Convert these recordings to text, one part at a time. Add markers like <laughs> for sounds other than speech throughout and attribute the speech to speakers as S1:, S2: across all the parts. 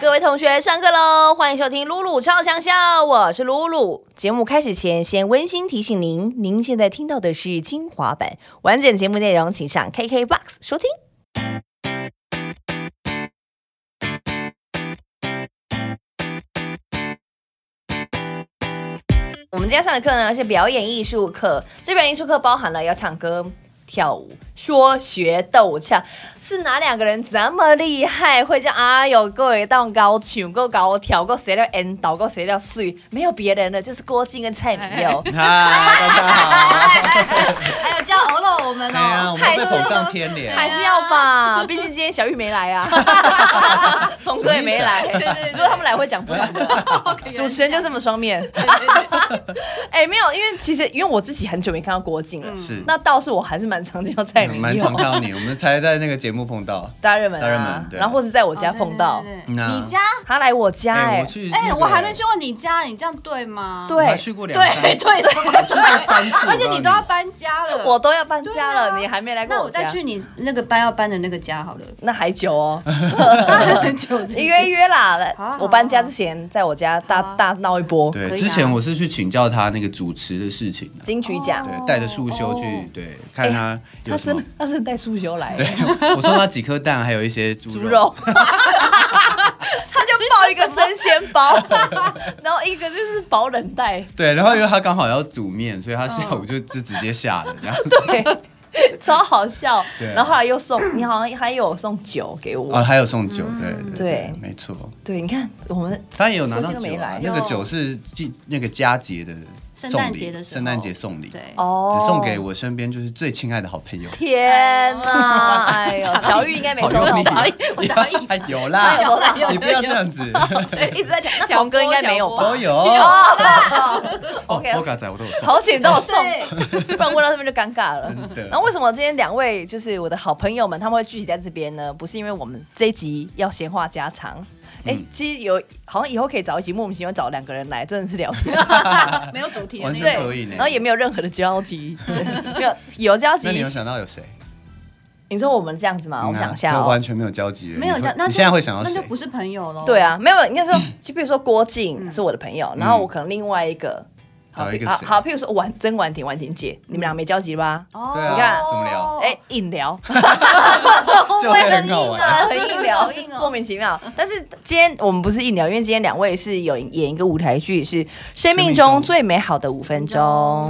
S1: 各位同学，上课喽！欢迎收听露露超强笑，我是露露。节目开始前，先温馨提醒您，您现在听到的是精华版，完整节目内容请上 KKBOX 收听。我们今天上的课呢是表演艺术课，这表演艺术课包含了要唱歌、跳舞、说学逗唱，是哪两个人这么厉害？会叫啊有够一档高曲，够高跳，够谁料 N 导，够谁料碎，没有别人的，就是郭靖跟蔡明 <laughs> 佑。
S2: <laughs> 嗨，大家好。
S3: 还有叫欧了我们
S2: 哎呀，
S3: 哦
S2: 我，们被捧上天
S3: 啊
S2: 脸，
S1: 还是要吧， <laughs> 毕竟今天小玉没来
S3: <laughs>
S1: 啊，从队没 <laughs> 来。
S3: 对对对
S1: 如果他们来会讲不
S2: <laughs>
S1: 同的。主持人就这么双面。
S3: <laughs>
S1: 哎、没有，因为其实因为我自己很久没看到郭靖了，
S2: 是
S1: 那倒是我还是蛮常见到蔡明
S2: 嗯蛮
S1: 佑
S2: 常看到你，我们才在那个节目碰到。
S1: 大热门
S2: 大热
S1: 啊
S2: 门，对
S1: 然后或是在我
S3: 我
S1: 家碰到，
S3: 哦
S2: 嗯
S3: 你家？
S1: 他来我家哎、
S2: 我去那个，
S3: 哎，我还没去过你家，你这样对吗？
S1: 对
S2: 我还去过两三
S3: 对
S2: 次，
S3: 对，什么
S2: 去过三次，
S3: 而且你都要
S2: 我告诉
S3: 搬家了，
S1: 哎我都要搬家了，
S3: 对啊
S1: 你还没来过
S3: 那我
S1: 家
S3: 再，去你那个搬要搬的那个家
S2: <laughs>
S3: 好了，
S1: 那还久哦，
S3: 很久之前
S1: 约一约啦
S3: 好啊好啊。
S1: 我搬家之前在我之前在我家大
S3: 好啊
S1: 大闹一波
S2: 对，
S3: 可以啊
S2: 之前我是去请教他那个主持的事情啊，
S1: 金曲奖，
S2: 对，带着束修去
S3: 哦，
S2: 对，看他有
S1: 他
S2: 什
S1: 真
S2: 么
S1: 的。他真的带素修
S2: <laughs>
S1: 来，
S2: 对，我送他几颗蛋，还有一些猪
S1: 猪肉，，
S2: <laughs>
S1: 他就抱一个生鲜包，然后一个就是保冷袋，
S2: 对，然后因为他刚好要煮面，所以他下
S3: 哦
S2: 午就就直接下了，这
S3: <laughs>
S2: 样。
S1: 对，超好笑。
S2: 对
S1: 然后后来又送，你好像还有送酒给我，
S2: 哦，还有送酒，对对
S1: 对
S2: 没错。
S1: 对，你看我们
S2: 他也有拿到
S1: 我记得
S2: 酒
S1: 没
S2: 啊
S1: 来，
S2: 那个酒是季那个佳节的
S3: 圣
S2: 送
S3: 诞
S2: 礼
S3: 节的时候
S2: 圣诞节送礼，
S3: 对，
S1: 哦，
S2: 只送给。我身边就是最亲爱的好朋友。 <laughs>
S1: 天呐，哎呦，小玉应哦该没抽到吧
S3: 好？用力我打一
S2: 哎 <laughs> 有
S1: 他有抽
S2: 啦，
S1: 到
S2: 你不要这样子，
S1: 一直在讲，那童哥应该没有吧？
S2: 都有。哦
S1: <laughs> OK
S2: 我嘎仔我都有 <laughs> 送，
S1: 好险都有送，
S3: 对
S2: <laughs>
S1: 不然问到这边就尴尬了
S2: 真的。
S1: 然后为什么今天两位就是我的好朋友们，他们会聚集在这边呢？不是因为我们这一集要闲话家常，哎、
S2: 嗯
S1: 其实有好像以后可以找一集莫名其妙找两个人来，真的是聊天，
S3: 没有主题的
S2: 啊
S3: 那
S2: 完全
S3: 个，
S2: 嗯可以呢
S1: 然。后也没有任何的交集， <laughs> 对没有有交集
S2: 那。你有想到有谁？
S1: 你说我们这样子吗？我
S2: 嗯
S1: 们
S2: 啊
S1: 想一下
S2: 就
S1: 哦、
S2: 完全没有交集了。
S3: 没有
S2: 你
S3: 这
S2: 会
S3: 样，那就
S2: 你现在会想到
S3: 那就
S2: 谁
S3: 不？是朋友喽。
S1: 对，啊，没有，应
S2: <coughs>
S1: 该说，就比如说郭靖
S3: 嗯
S1: 是我的朋友，然后我可能另外一个，好
S2: 找一个
S1: 好
S2: 谁
S1: 好，譬如说婉曾婉婷、婉婷姐，你们俩没交集吧？
S3: 哦
S2: 对啊
S1: 你看
S2: 怎么聊
S1: 哎、硬聊，
S2: 就会很好玩
S3: 啊
S1: 很硬聊
S3: 好硬，哦
S1: <laughs> 莫名其妙。但是今天我们不是硬聊，因为今天两位是有演一个舞台剧，是《生命
S2: 生命
S1: 中
S2: 中
S1: 最美好的五分钟》。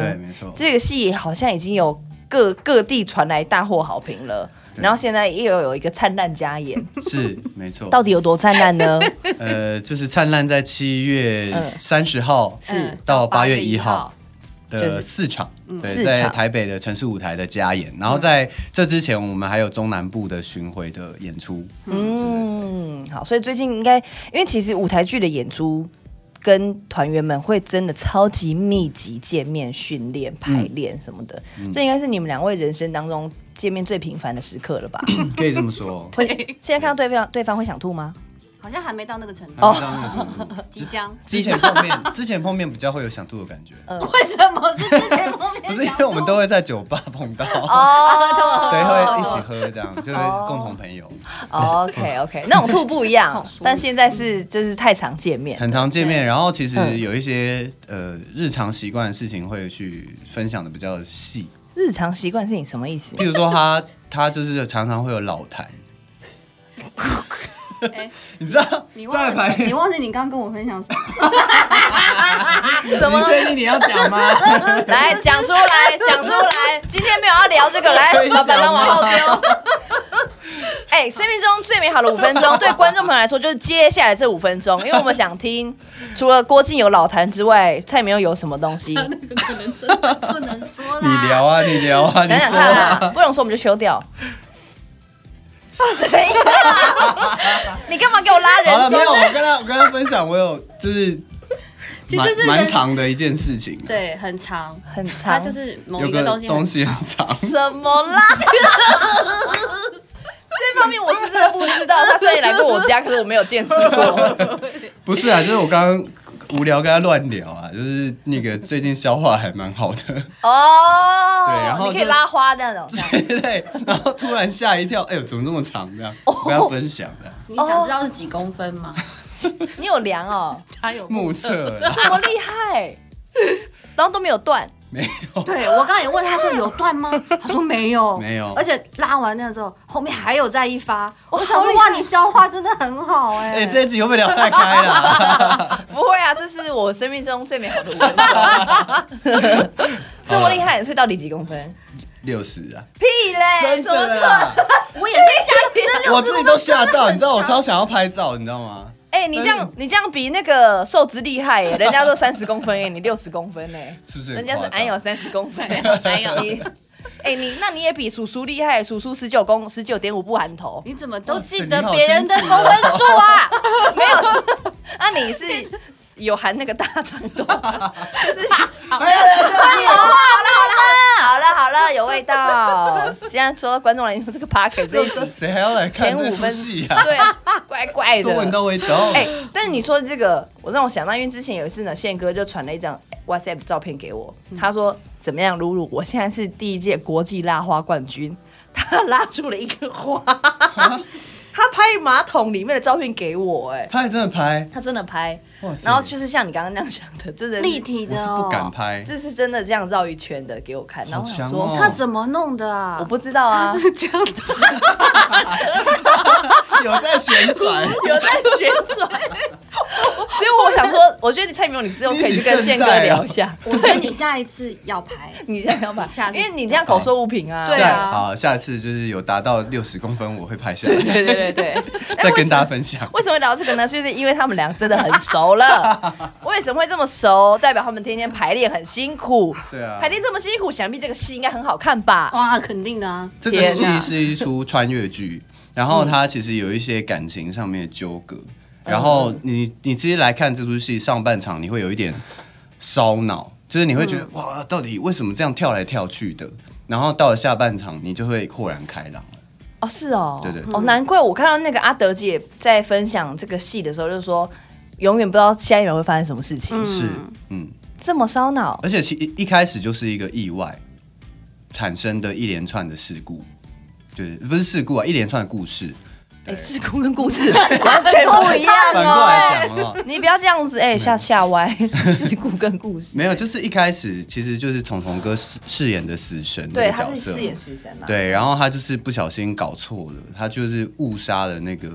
S2: 对，，没错。
S1: 这个戏好像已经有各各地传来大获好评了。
S2: 对
S1: 然后现在又有一个灿烂加 <laughs> 演，
S2: 是没错。
S1: 到底有多灿烂 <laughs> 呢？
S2: 呃，就是灿烂在七月
S1: 嗯
S2: 三十号
S1: 是
S2: 到八月
S3: 嗯月
S2: 一号。
S1: 就是嗯
S2: 的四场，
S1: 四
S2: 对，在
S1: 场嗯
S2: 台北的城市舞台的加演，然后在这之前，我们还有中南部的巡回的演出，
S1: 嗯，好，所以最近应该，因为其实舞台剧的演出跟团员们会真的超级密集见面、训练、排练什么的，这应该是你们两位人生当中见面最频繁的时刻了吧？
S2: 嗯可以这
S1: <laughs>
S2: 么说。
S1: 会现在看到对方，对方会想吐吗？
S3: 好像还没到那个程度，
S2: 哦，那个程度
S3: 即将。
S2: 之前碰面， <laughs> 之前碰面比较会有想吐的感觉，
S3: <laughs>
S1: 嗯
S3: 为什么是之前后
S2: <laughs>
S3: 面？
S2: 不是因为我们都会在酒吧碰
S1: <laughs>
S2: 到，
S1: 哦
S2: 对，会一起喝这样，就
S1: 哦
S2: 会共同朋友，
S1: OK OK，那种哦吐不一样，但现在是就是太常见面，
S2: 很常见面。
S3: 对
S2: 然后其
S1: 嗯
S2: 实有一些呃日常习惯的事情会去分享的比较细，
S1: 日常习惯是 <laughs> 你什么意思？
S2: 譬如说他他就是常常会有老痰，
S3: 哎
S2: 你知道？
S3: 你忘
S2: 在
S3: 记你忘记你刚跟我分享什么？
S1: 怎么
S2: 你确定你要讲
S3: <laughs>
S2: 吗？
S1: 来讲出来，讲出 <laughs> 来，今天没有要聊这个，来
S2: 可以
S1: 把板板
S2: 讲
S1: 往
S2: 吗
S1: 后 <laughs> 丢。哎，生命中最美好的五分钟，对观众朋友来说就是接下来这五分钟，因为我们想听除了郭靖有老坛之外，蔡明又有什么东 <laughs> 西？
S3: 那个可能真
S2: <laughs>
S3: 的不能说
S2: 你
S3: 啦。
S2: 聊啊，你聊啊，你
S1: 讲讲
S2: 说
S1: 看
S2: 啊。
S1: 啊，不能说我们就休掉。 <laughs> 啊 <laughs> 你干嘛给我拉
S2: 好了，
S1: 人
S2: 没
S1: 中？
S2: 有，我跟他我跟他分享，我有就是
S3: 其
S2: 蛮
S3: 实是
S2: 蛮
S3: 人
S2: 长的一件事情，，
S3: 对，很长，
S1: 很长，
S3: 它就是某
S2: 有
S3: 一个
S2: 个
S3: 东西很
S2: 东西很长，
S1: 什么啦？ <laughs> 这方面我是真的不知道。他虽然也来
S2: <laughs>
S1: 过我家，可是我没有见识过。
S2: 不是啊，就是我刚刚无聊跟他乱聊啊，就是那个最近消化还蛮好
S3: <laughs>
S2: 的，
S1: 哦，
S2: 对然后
S1: 你可以
S2: 就是
S1: 拉花那种，
S2: <laughs> 对，然后突然吓一跳，哎呦，怎么这么长？这样，
S3: 哦
S2: 我跟他分享的
S3: 你想知道是几公分吗？
S1: 你有量哦，
S3: 他有
S2: 哦目测
S3: <laughs>
S2: 啦，
S1: 这么厉害，然后都没有断，
S2: 没有，
S3: 对我刚才也问他说有断吗？他说没有，
S2: 没有哦
S3: 而且拉完那之后，后面还有再一发。我
S1: 好
S3: 想说
S1: 厉
S3: 哇，
S1: 害
S3: 你消化真的很好哎、
S2: 哎，这一集会不会聊太开了？
S3: <laughs>
S1: 不会啊，这是我生命中最美好的五分钟，
S2: <laughs>
S1: 这么厉害，所以到底几公分？
S2: 六十啊，
S1: 屁嘞，
S3: 哎
S2: 真
S1: 怎么
S2: 的啊啦，
S3: 我也是
S2: 我自己都吓到，你知道我超想要拍照，你知道吗？
S1: <laughs> 哎、你这
S2: 嗯
S1: 样你这样比那个瘦子厉害耶，人家都三十公分耶，你六十公分耶，
S2: 是不是？哎
S1: 人家是俺有，
S2: <laughs>
S1: 三十公分耶，
S3: 没有
S1: 你，哎、你那你也比叔叔厉害，叔叔十九公十九点五不含头，
S3: 你怎么都
S2: 哇塞
S3: 记得
S2: 你好
S3: 别人的
S2: 精
S3: 公
S2: 准哦
S3: 分数
S2: <laughs>
S3: 啊？
S1: 那、啊你是有含那个大肠头，就是 <laughs>
S2: 哎呀，啊
S1: 好了好了，有味道。现在说观众来听这个 p a r k 这一集
S2: 这谁还要来 <laughs> 看
S1: 前
S2: 这
S1: 五
S2: 出
S1: 分
S2: 戏啊？
S1: 对，怪怪
S2: 都闻
S1: 的。
S2: 到味道，
S1: 哎、但是你说这个，我让我想到，因为之前有一次呢，宪哥就传了一张 WhatsApp 照片给我，他说怎么样，露露，我现在是第一届国际拉花冠军， <laughs> 他拉出了一个花， <laughs> 他拍马桶里面的照片给我、哎，
S2: 他还真的拍，
S1: 他真的拍，
S2: 哇塞
S1: 然后就是像你刚刚那样讲的，真的是
S3: 立，体
S2: 我
S3: 的
S2: 是
S3: 哦，
S2: 不敢拍，
S1: 这是真的这样绕一圈的给我看，然后我想
S2: 好
S1: 说，
S2: 强哦
S3: 他怎么弄的啊？
S1: 我不知道啊，
S2: <laughs>
S3: 是这样子，
S2: 啊有在旋 <laughs> 转，
S1: 有在旋转。所以我想说，我觉得你蔡明勇，你之后可以去跟宪哥聊一下。
S3: 我觉得你下一次要 <laughs> 拍，
S1: 你这样想法
S3: 下，次
S1: 因为你这样口说无凭啊。
S3: 啊对啊
S2: 下好，下次就是有达到六十公分，我会拍下来，
S1: 对 <laughs> 对对对。
S2: 再跟大家分享。
S1: 为什么会聊到这个呢？就是因为他们俩真的很熟 <laughs> 了。为什么会这么熟？代表他们天天排练很辛苦。
S2: 对啊
S1: 排练这么辛苦，想必这个戏应该很好看吧？
S3: 哇，肯定的啊。
S2: 这个
S1: 天
S2: 戏
S1: 哪
S2: 是一出穿越剧，然后它其实有一些感情上面的纠葛，
S1: 嗯
S2: 然后你你其实来看这出戏上半场，你会有一点烧脑，就是你会觉得、哇，到底为什么这样跳来跳去的？然后到了下半场，你就会豁然开朗了。
S1: 哦，是哦，
S2: 对对对
S1: 哦，难怪我看到那个阿德姐在分享这个戏的时候，就说永远不知道下一秒会发生什么事情，
S3: 嗯
S2: 是，嗯，
S1: 这么烧脑。
S2: 而且其一一开始就是一个意外产生的一连串的事故，对，不是事故啊，一连串的故事。
S1: 哎，
S2: 对
S1: 事故跟故 <laughs> 事完全不一样
S2: 反过
S1: 哦。
S2: 来讲哦，
S1: 你不要这样子，哎，吓吓歪。 <laughs> 事故跟故事，
S2: 没有，就是一开始其实就是虫虫哥饰饰演的死神这
S1: 对，
S2: 个
S1: 他
S2: 角
S1: 是饰
S2: 色嘛，
S1: 演啊食神嘛。
S2: 对，然后他就是不小心搞错了，他就是误杀了那个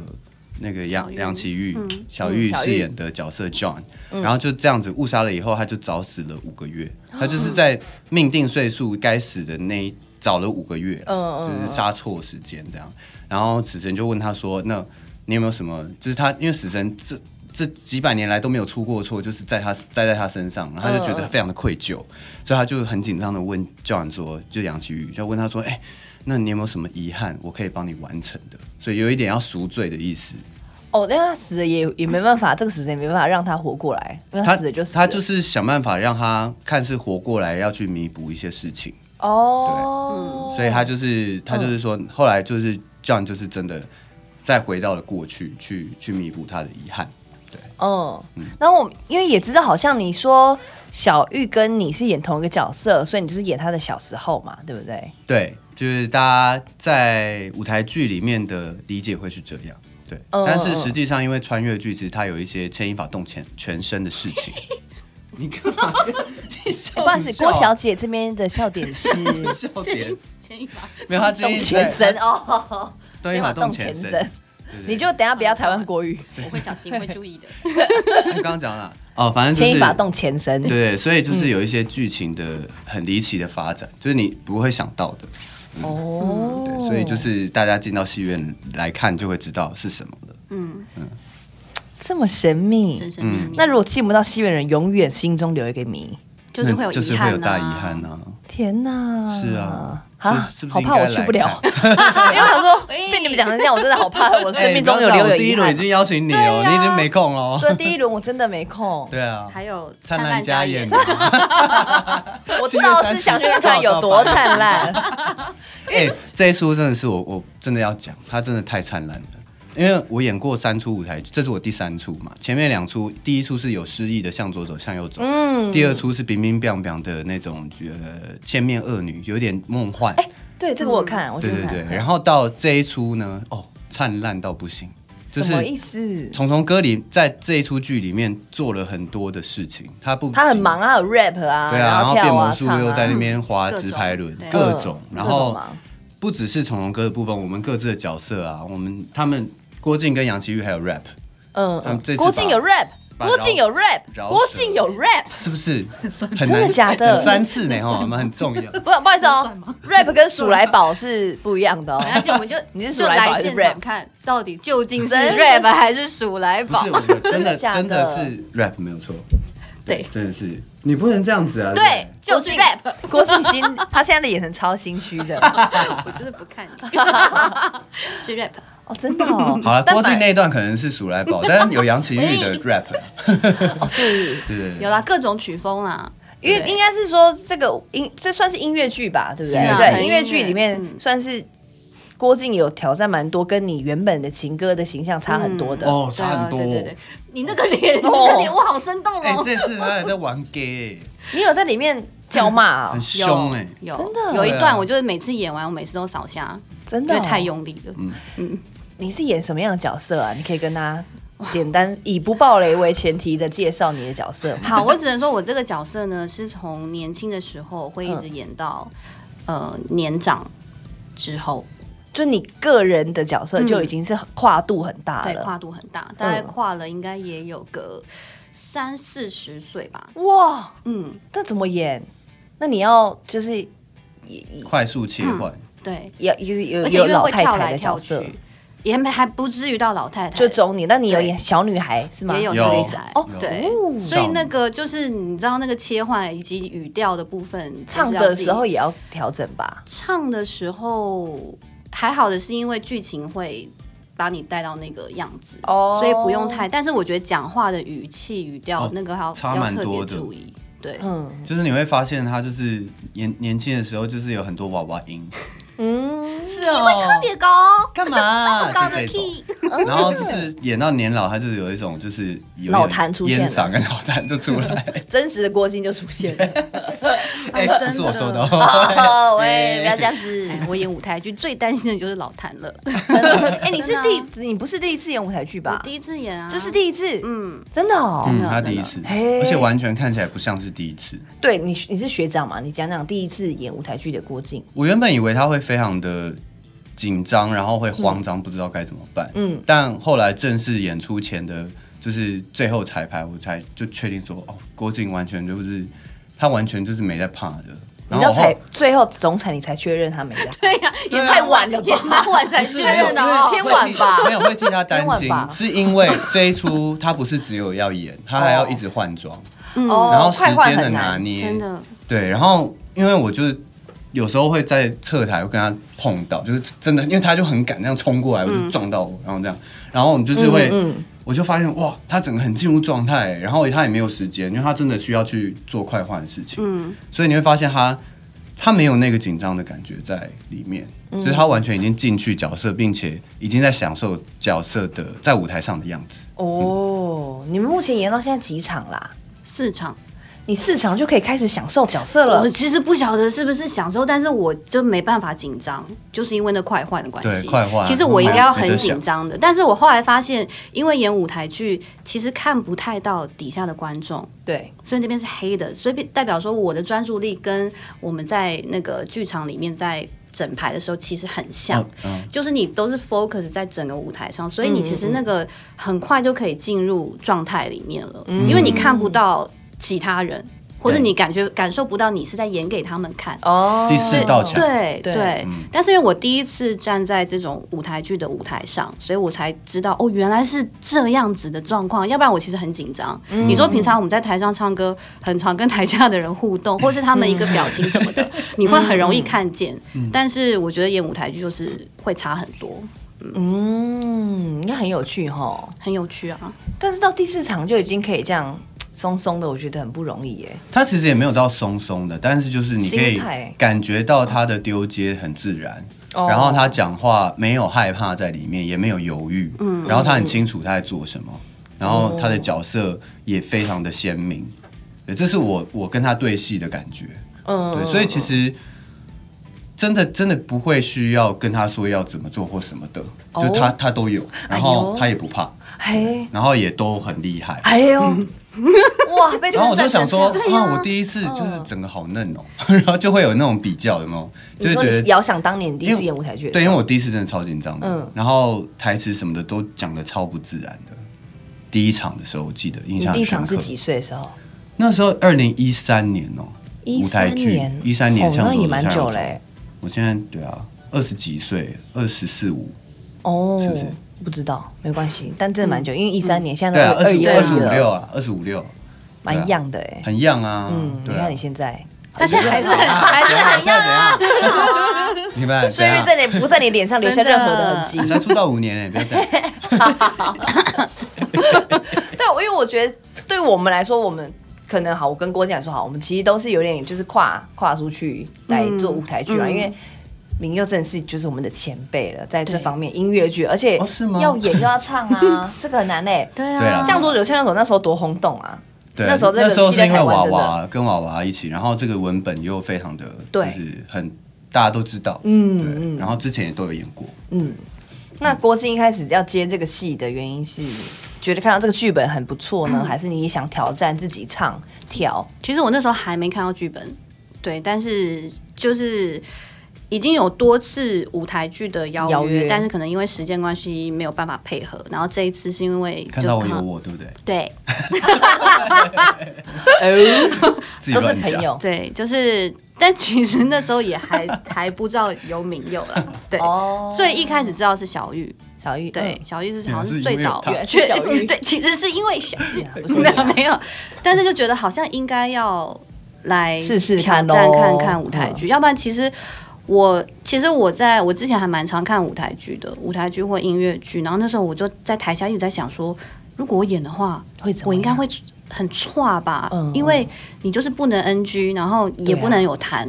S2: 那个杨杨奇玉、小玉
S1: 嗯小玉嗯
S2: 饰演的角色 John，、然后就这样子误杀了以后，他就早死了五个月，
S1: 啊
S2: 他就是在命定岁数该死的那一早了五个月，
S1: 嗯
S2: 就是杀错时间这样。然后死神就问他说：“那你有没有什么？就是他因为死神这。”这几百年来都没有出过错，就是在他栽在他身上，然后他就觉得非常的愧疚，所以他就很紧张的问教养说，就杨奇玉就问他说：“哎、那你有没有什么遗憾，我可以帮你完成的？所以有一点要赎罪的意思。
S1: 哦，因为他死了也也没办法，这个死神也没办法让他活过来，因为他死了就死了。
S2: 他就是想办法让他看似活过来，要去弥补一些事情。
S1: 哦，嗯
S2: 所以他就是他就是说，后来就是这样，就是真的再回到了过去，去去弥补他的遗憾。
S1: 嗯，然后我因为也知道，好像你说小玉跟你是演同一个角色，所以你就是演他的小时候嘛，对不对？
S2: 对，就是大家在舞台剧里面的理解会是这样。对，
S1: 嗯
S2: 但是实际上，因为穿越剧，其实它有一些牵一发动全全身的事情。你干嘛？哦你笑
S1: 嗯哎不好意思，
S2: 笑
S1: 郭小姐这边的笑点是
S2: 笑点
S3: 前一把
S2: 没有，他今
S1: 动
S2: 天
S1: 前
S2: 在
S1: 身哦，
S2: 对，一马动前身。对，对
S1: 你就等一下不要台湾国语，
S3: 我会小心，会注意的。
S2: 对刚刚讲了哦，反正就是
S1: 牵一发动前身。
S2: 对对，所以就是有一些剧情的很离奇的发
S1: 嗯
S2: 展，就是你不会想到的。
S1: 哦，
S2: 对，所以就是大家进到戏院来看就会知道是什么了。
S3: <laughs> 嗯，
S1: 这么神秘
S3: 神。神秘秘。
S1: 那如果进不到戏院的人，永远心中留一个谜。
S3: 就是会有
S2: 那就是
S3: 遗
S2: 会
S3: 憾
S2: 有
S3: 啊
S2: 大遗憾啊。
S1: 天哪！
S2: 是啊
S1: 啊
S2: 是是，不是
S1: 好怕
S2: 应
S1: 我
S2: 该
S1: 去
S2: 来
S1: 不了，<laughs>
S2: 看
S1: 因为我想说
S3: 喂
S1: 被你们讲成这样，我真的好怕我生命中有
S2: 哎
S1: 留
S2: 不要这样我
S1: 有
S2: 第一
S1: 遗
S2: 轮已
S1: 憾。
S2: 经邀请你
S1: 对
S2: 哦，
S1: 呀
S2: 你已经没空了哦。
S1: <laughs> 对，第一轮我真的没空，
S2: 对啊，
S3: 还有
S2: 灿烂
S3: 家
S2: 家
S3: <laughs>
S2: 宴，<laughs>
S1: 我倒是想去看看有多灿
S2: <laughs>
S1: 烂。
S2: 哎，这一出真的是我，我真的要讲，它真的太灿烂了。因为我演过三出舞台剧，这是我第三出嘛。前面两出，第一出是有诗意的向左走，向右走。
S1: 嗯，
S2: 第二出是冰冰冰冰的那种，呃，千面恶女，有点梦幻。
S1: 对这个我有看，哎我
S2: 对
S1: 有
S2: 对
S1: 看
S2: 对，然后到这一出呢，哦，灿烂到不行，就
S1: 什么
S2: 是
S1: 意思？
S2: 虫虫哥里在这一出剧里面做了很多的事情，他不
S1: 他很忙，啊，有 rap 啊，
S2: 对啊，然后变
S1: 跳
S2: 魔
S1: 啊，
S2: 术
S1: 唱啊，
S2: 又在那边滑
S3: 各
S2: 直
S3: 种
S2: 排轮，
S3: 对
S2: 各
S1: 嗯
S2: 种，然
S1: 各种
S2: 后
S1: 忙
S2: 不只是虫虫哥的部分，我们各自的角色啊，我们他们郭靖跟杨奇煜还有 rap，
S1: 嗯
S2: 他们这
S1: 嗯，
S2: 次
S1: 郭靖
S2: 把
S1: 有 rap，
S2: 把
S1: 郭靖有 rap，
S2: 饶
S1: 郭
S2: 舌
S1: 靖有 rap，
S2: 是不是很
S1: 真的
S2: 难
S1: 假的
S2: 很三次呢？哦，我们很重要。
S1: 不不好意思
S3: 这
S1: 哦
S3: 算吗
S1: ，rap 跟鼠来
S3: <laughs>
S1: 宝是不一样的哦。
S3: 而且我 <laughs> 们就
S1: 你是鼠
S3: 就
S1: 来宝
S3: 来
S1: 还是
S3: 现
S1: rap？
S3: 场看到底究竟是
S1: 真的
S3: rap 还是鼠来
S2: 不
S3: 宝
S2: 是，？我们真的
S1: 假的
S2: 真的是 rap 没有错，
S3: 对
S2: 真的是你不能这样子
S3: <laughs>
S2: 啊！
S3: 对，就是 rap。
S1: 郭靖心，他现在的眼神超心虚的
S3: <laughs> 我就是不看你， <laughs> 嗯是 rap。
S1: 哦，真的哦。
S2: 好了，
S1: 但
S2: 郭靖
S1: 反
S2: 那一段可能是鼠来宝，但是有杨奇煜的 rap，啊
S1: 哦是，
S2: 对对
S3: 有
S2: 对，
S3: 啦，各种曲风啦，
S2: 哎
S1: 因为
S3: 对
S1: 应该是说这个音，这算是音乐剧吧，对不对？
S2: 是啊
S1: 对，
S2: 纯
S1: 音
S3: 音
S1: 乐
S3: 乐
S1: 剧里面
S3: 嗯
S1: 算是郭靖有挑战蛮多，跟你原本的情歌的形象差很多的。
S2: 哦，
S3: 对啊
S2: 差很多
S3: 对对
S2: 哦
S3: 对。，你那个脸，你
S1: 哦
S3: 那个脸，我好生动
S2: 哎，
S3: 哦，
S2: 这次他还在玩 gay，
S1: 你有在里面叫骂啊
S2: 很？
S3: 哦有
S2: 凶哎。
S3: 有
S1: 真的
S3: 有一
S2: 对啊
S3: 段，我就是每次演完，我每次都扫瞎，
S1: <laughs> 真
S3: 因
S1: 的
S3: 为
S1: 哦
S3: 太用力了。
S2: 嗯
S1: 你是演什么样的角色啊？你可以跟大家简单以不暴雷为前提的介绍你的角色吗？
S3: 好，我只能说我这个角色呢，是从年轻的时候会一直演到
S1: 嗯
S3: 呃年长之后，
S1: 就你个人的角色就已经是很跨度很大嗯
S3: 对，
S1: 了。
S3: 跨度很大，大概跨了应该也有个三四十岁吧。
S1: 哇，
S3: 嗯，
S1: 那怎么演？那你要就是
S2: 快速切换，
S3: 对，
S1: 要就是有
S3: 而且因
S1: 有
S3: 为
S1: 老
S3: 会
S1: 太
S3: 跳
S1: 太
S3: 来
S1: 的角
S3: 跳
S1: 色，
S3: 去，也没还不至于到老太太，
S1: 就走你。那你有
S3: 对
S1: 演小女孩是吗？
S3: 也有
S2: 有
S3: 这个意思啊
S1: 哦
S2: 有
S3: 对，所以那个就是你知道那个切换以及语调的部分，
S1: 唱
S3: 就是要
S1: 的
S3: 自己
S1: 时候也要调整吧？
S3: 唱的时候还好的是因为剧情会把你带到那个样子，
S1: 哦
S3: 所以不用太。但是我觉得讲话的语气、语调、
S2: 哦
S3: 那个还要
S2: 差
S3: 要
S2: 蛮
S3: 特
S2: 多
S3: 别
S2: 的
S3: 注意。对，
S1: 嗯
S2: 就是你会发现他就是年年轻的时候就是有很多娃娃音，
S1: 嗯，
S2: 是哦，
S3: 别高
S2: 干嘛？
S3: 高
S2: 就
S3: 的
S2: 这种。
S3: key，
S2: <laughs> 然后就是演到年老，他就是有一种就是有点
S1: 老痰出现了哦
S2: 烟嗓跟老痰就出来。
S1: 真实的郭靖就出现了。
S2: 哎，
S3: 真的
S2: 不是我说的哦。
S1: <laughs> 哦喂，不要这样子。
S3: <laughs> 哎，我演舞台剧最担心的就是老谭了。
S1: 真的哎，你是
S3: 真的啊
S1: 第你不是第一次演舞台剧
S3: 我
S1: 吧？
S3: <laughs> 第一次演啊，
S1: 这是第一次，
S3: 嗯，
S1: 真的哦。
S2: 嗯，
S3: 真的
S2: 他第一次，
S1: 嘿
S2: 而且完全看起来不像是第一次。
S1: 对你，你是学长嘛？你讲讲第一次演舞台剧的郭靖。
S2: 我原本以为他会非常的紧张，然后会慌张，不知道该怎么办。
S1: 嗯，
S2: 但后来正式演出前的，就是最后彩排，我才就确定说，哦，郭靖完全就是他完全就是没在怕的。
S1: 你
S2: 然
S1: 知道
S2: 后我后
S1: 才最嗯后总裁你才确认他没在。
S3: 对呀，也
S2: 啊
S3: 太晚了吧，也蛮晚 <laughs> 才确
S2: 没有
S3: 认的哦。
S1: 偏晚吧
S2: 没有会替他担
S1: 偏
S2: 心
S1: 晚吧，
S2: 是因为这一出他不是只有要演，他还要一直换装，
S1: 哦
S2: 然后时
S1: 快换
S2: 间的
S1: 很
S2: 拿
S1: 难
S2: 捏，
S3: 真的，
S2: 对，然后因为我就是有时候会在侧台会跟他碰到，就是真的，因为他就很敢这样冲过来，我就撞到我，然后这样，然后我们就是会，
S1: 嗯嗯
S2: 我就发现哇，他整个很进入状态，然后他也没有时间，因为他真的需要去做快换的事情，
S3: 嗯，
S2: 所以你会发现他他没有那个紧张的感觉在里面，
S1: 嗯
S2: 所以他完全已经进去角色，并且已经在享受角色的在舞台上的样子。
S1: <laughs> 哦，你们目前演到现在几场啦？
S3: 四场。
S1: 你四场就可以开始享受角色了
S3: 我。其实不晓得是不是享受，但是我就没办法紧张，就是因为那快换的关系。
S2: 对快换嗯
S3: 其实我应该要很紧张的，但是我后来发现，因为演舞台剧，其实看不太到底下的观众，
S1: 对，
S3: 所以那边是黑的，所以代表说我的专注力跟我们在那个剧场里面在。整排的时候其实很像，
S2: 嗯
S3: 就是你都是 focus 在整个舞台上，所以你其实那个很快就可以进入状态里面了，
S2: 嗯
S3: 因为你看不到其他人，或者
S2: 对
S3: 你感觉感受不到你是在演给他们看。
S1: 哦，
S2: 第四道墙
S3: 对
S1: 对
S3: 对，但是因为我第一次站在这种舞台剧的舞台上，所以我才知道哦，原来是这样子的状况。要不然我其实很紧张。你说平常我们在台上唱歌，很常跟台下的人互 <laughs> 动，或是他们一个表情什么 <laughs> 的，你会很容易看见。但是我觉得演舞台剧就是会差很多，
S1: 嗯，应该很有趣哈。
S3: 很有趣啊。
S1: 但是到第四场就已经可以这样松松的，我觉得很不容易耶。
S2: 他其实也没有到松松的，但是就是你可
S1: 心
S2: 以
S1: 态
S2: 感觉到他的丢接很自然，
S1: 哦
S2: 然后他讲话没有害怕在里面，也没有犹豫，嗯，然后他很清楚他在做什么，
S1: 嗯
S2: 然后他的角色也非常的鲜明，对，这是我我跟他对戏的感觉，
S1: 嗯，
S2: 对，所以其实真的真的不会需要跟他说要怎么做或什么的，
S1: 哦
S2: 就是他他都有，然
S1: 哎
S2: 后
S1: 呦
S2: 他也不怕，
S1: 哎
S2: 然后也都很厉害。
S1: 哎呦， <laughs> 哇，被
S2: 然
S1: 称
S2: 后我就
S1: 赞
S2: 想
S1: 成这
S2: 说
S1: 样，
S2: 啊，我第一
S1: 嗯
S2: 次就是整个好嫩哦， <laughs> 然后就会有那种比较，有没有？就
S1: 你
S2: 是
S1: 说
S2: 觉
S1: 你
S2: 得
S1: 遥想当年你第一次演舞台剧的
S2: 对，
S1: 时
S2: 因
S1: 候，
S2: 为我第一次真的超紧张的，
S1: 嗯
S2: 然后台词什么的都讲的超不自然的。第一场的时候，我记得印象
S1: 你第
S2: 很
S1: 一
S2: 深
S1: 场
S2: 刻
S1: 是。几岁的时候？
S2: 那时候二零一三年哦，舞台
S1: 13
S2: 剧
S1: 年，
S2: 一三年
S1: 哦，
S2: 像
S1: 那
S2: 多
S1: 也
S2: 多
S1: 蛮
S2: 像
S1: 久
S2: 有
S1: 嘞。
S2: 我现在对啊，二十几岁，二十四五，
S1: 哦，
S2: 是不是
S1: 不知道，没关系，但真的蛮久，因为一三年现
S2: 对
S1: 在
S2: 啊，
S1: 都
S2: 二
S1: 二
S2: 十
S1: 一
S2: 五
S1: 二
S2: 二十五
S1: 了
S2: 六，啊，二十五六，对啊
S1: 蛮样的哎。
S2: 很样啊，
S1: 嗯，你
S2: 对啊
S1: 看你。现在，
S3: 但是还是很啊还是
S2: 现在
S3: 很
S2: 怎样？你们
S1: 岁
S2: 怎
S1: 月
S2: 样？ <laughs>
S1: 在你不在你脸上留下任何的痕迹
S2: 你。才出道五年呢，不要这
S1: <laughs>
S2: 样。
S1: 但我因为我觉得，对我们来说，我们可能好，我跟郭靖来说好，我们其实都是有点就是跨跨出去来做舞台剧啊，
S3: 嗯
S1: 因为。明佑真的是就是我们的前辈了，在这
S3: 对
S1: 方面音乐剧，而且
S2: 哦是吗
S1: 要演又要唱
S2: <laughs>
S1: 啊，这个很难嘞。
S3: 对啊，
S2: 对啊
S1: 像多久？像多久？那时候多轰动啊！
S2: 对，
S1: 那时候这个
S2: 那时候
S1: 戏
S2: 是
S1: 在
S2: 因为
S1: 台湾
S2: 娃
S1: 真的
S2: 娃跟娃娃一起，然后这个文本又非常的，就
S1: 对
S2: 是很大家都知道，
S1: 嗯
S2: 对。
S1: 嗯
S2: 然后之前也都有演过，
S1: 嗯。那郭靖一开始要接这个戏的原因是觉得看到这个剧本很不错
S2: <clears throat>
S1: 呢，还是你也想挑战自己唱
S2: <laughs>
S1: 跳？
S3: 其实我那时候还没看到剧本，对，但是就是已经有多次舞台剧的邀约，
S1: 邀约
S3: 但是可能因为时间关系没有办法配合。然后这一次是因为就
S2: 看到我有
S3: 刚好
S2: 我，对不对？
S3: 对
S2: 自己
S1: 都是
S2: 乱
S1: 朋
S2: 讲。
S1: 友
S3: 对，就是，但其实那时候也还 <laughs> 还不知道有敏佑啦，对。
S1: 哦
S3: 最一开始知道是小玉，
S1: 小玉嗯
S3: 对，嗯小玉是好像
S2: 原来是
S3: 是
S2: 因
S3: 最
S2: 为
S3: 早
S2: 他原
S1: <laughs> 来是小玉
S3: 对，其实是因为小玉
S1: 啊，不是
S3: 没有 <laughs> 没有，但是就觉得好像应该要来
S1: 试试
S3: 挑
S1: 看咯嗯
S3: 战看看舞台剧，要不然其实我其实我在我之前还蛮常看舞台剧的，舞台剧或音乐剧，然后那时候我就在台下一直在想说，如果我演的话，
S1: 会怎么样
S3: 我应该会很差吧，
S1: 嗯
S3: 因为你就是不能 NG，然后也
S1: 对啊
S3: 不能有痰。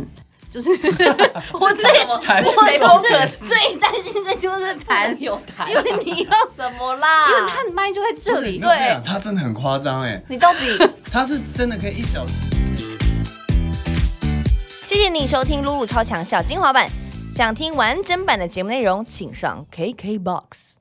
S3: 就是
S1: <laughs> 我是什么？
S2: 还是
S1: 我
S2: 谁
S1: 是
S2: 都
S1: 可
S2: 可
S3: 最担心的就是
S1: <laughs>
S3: 痰，
S1: 有谈
S3: <laughs> 因为你要，
S1: 什么啦？
S3: 因为他的麦就在这里，
S1: 对
S2: 对，他真的很夸张哎，
S1: 你到底？ <laughs>
S2: 他是真的可以一小时。
S1: 谢谢你收听《露露超强小精华版》，想听完整版的节目内容，请上 KKBOX。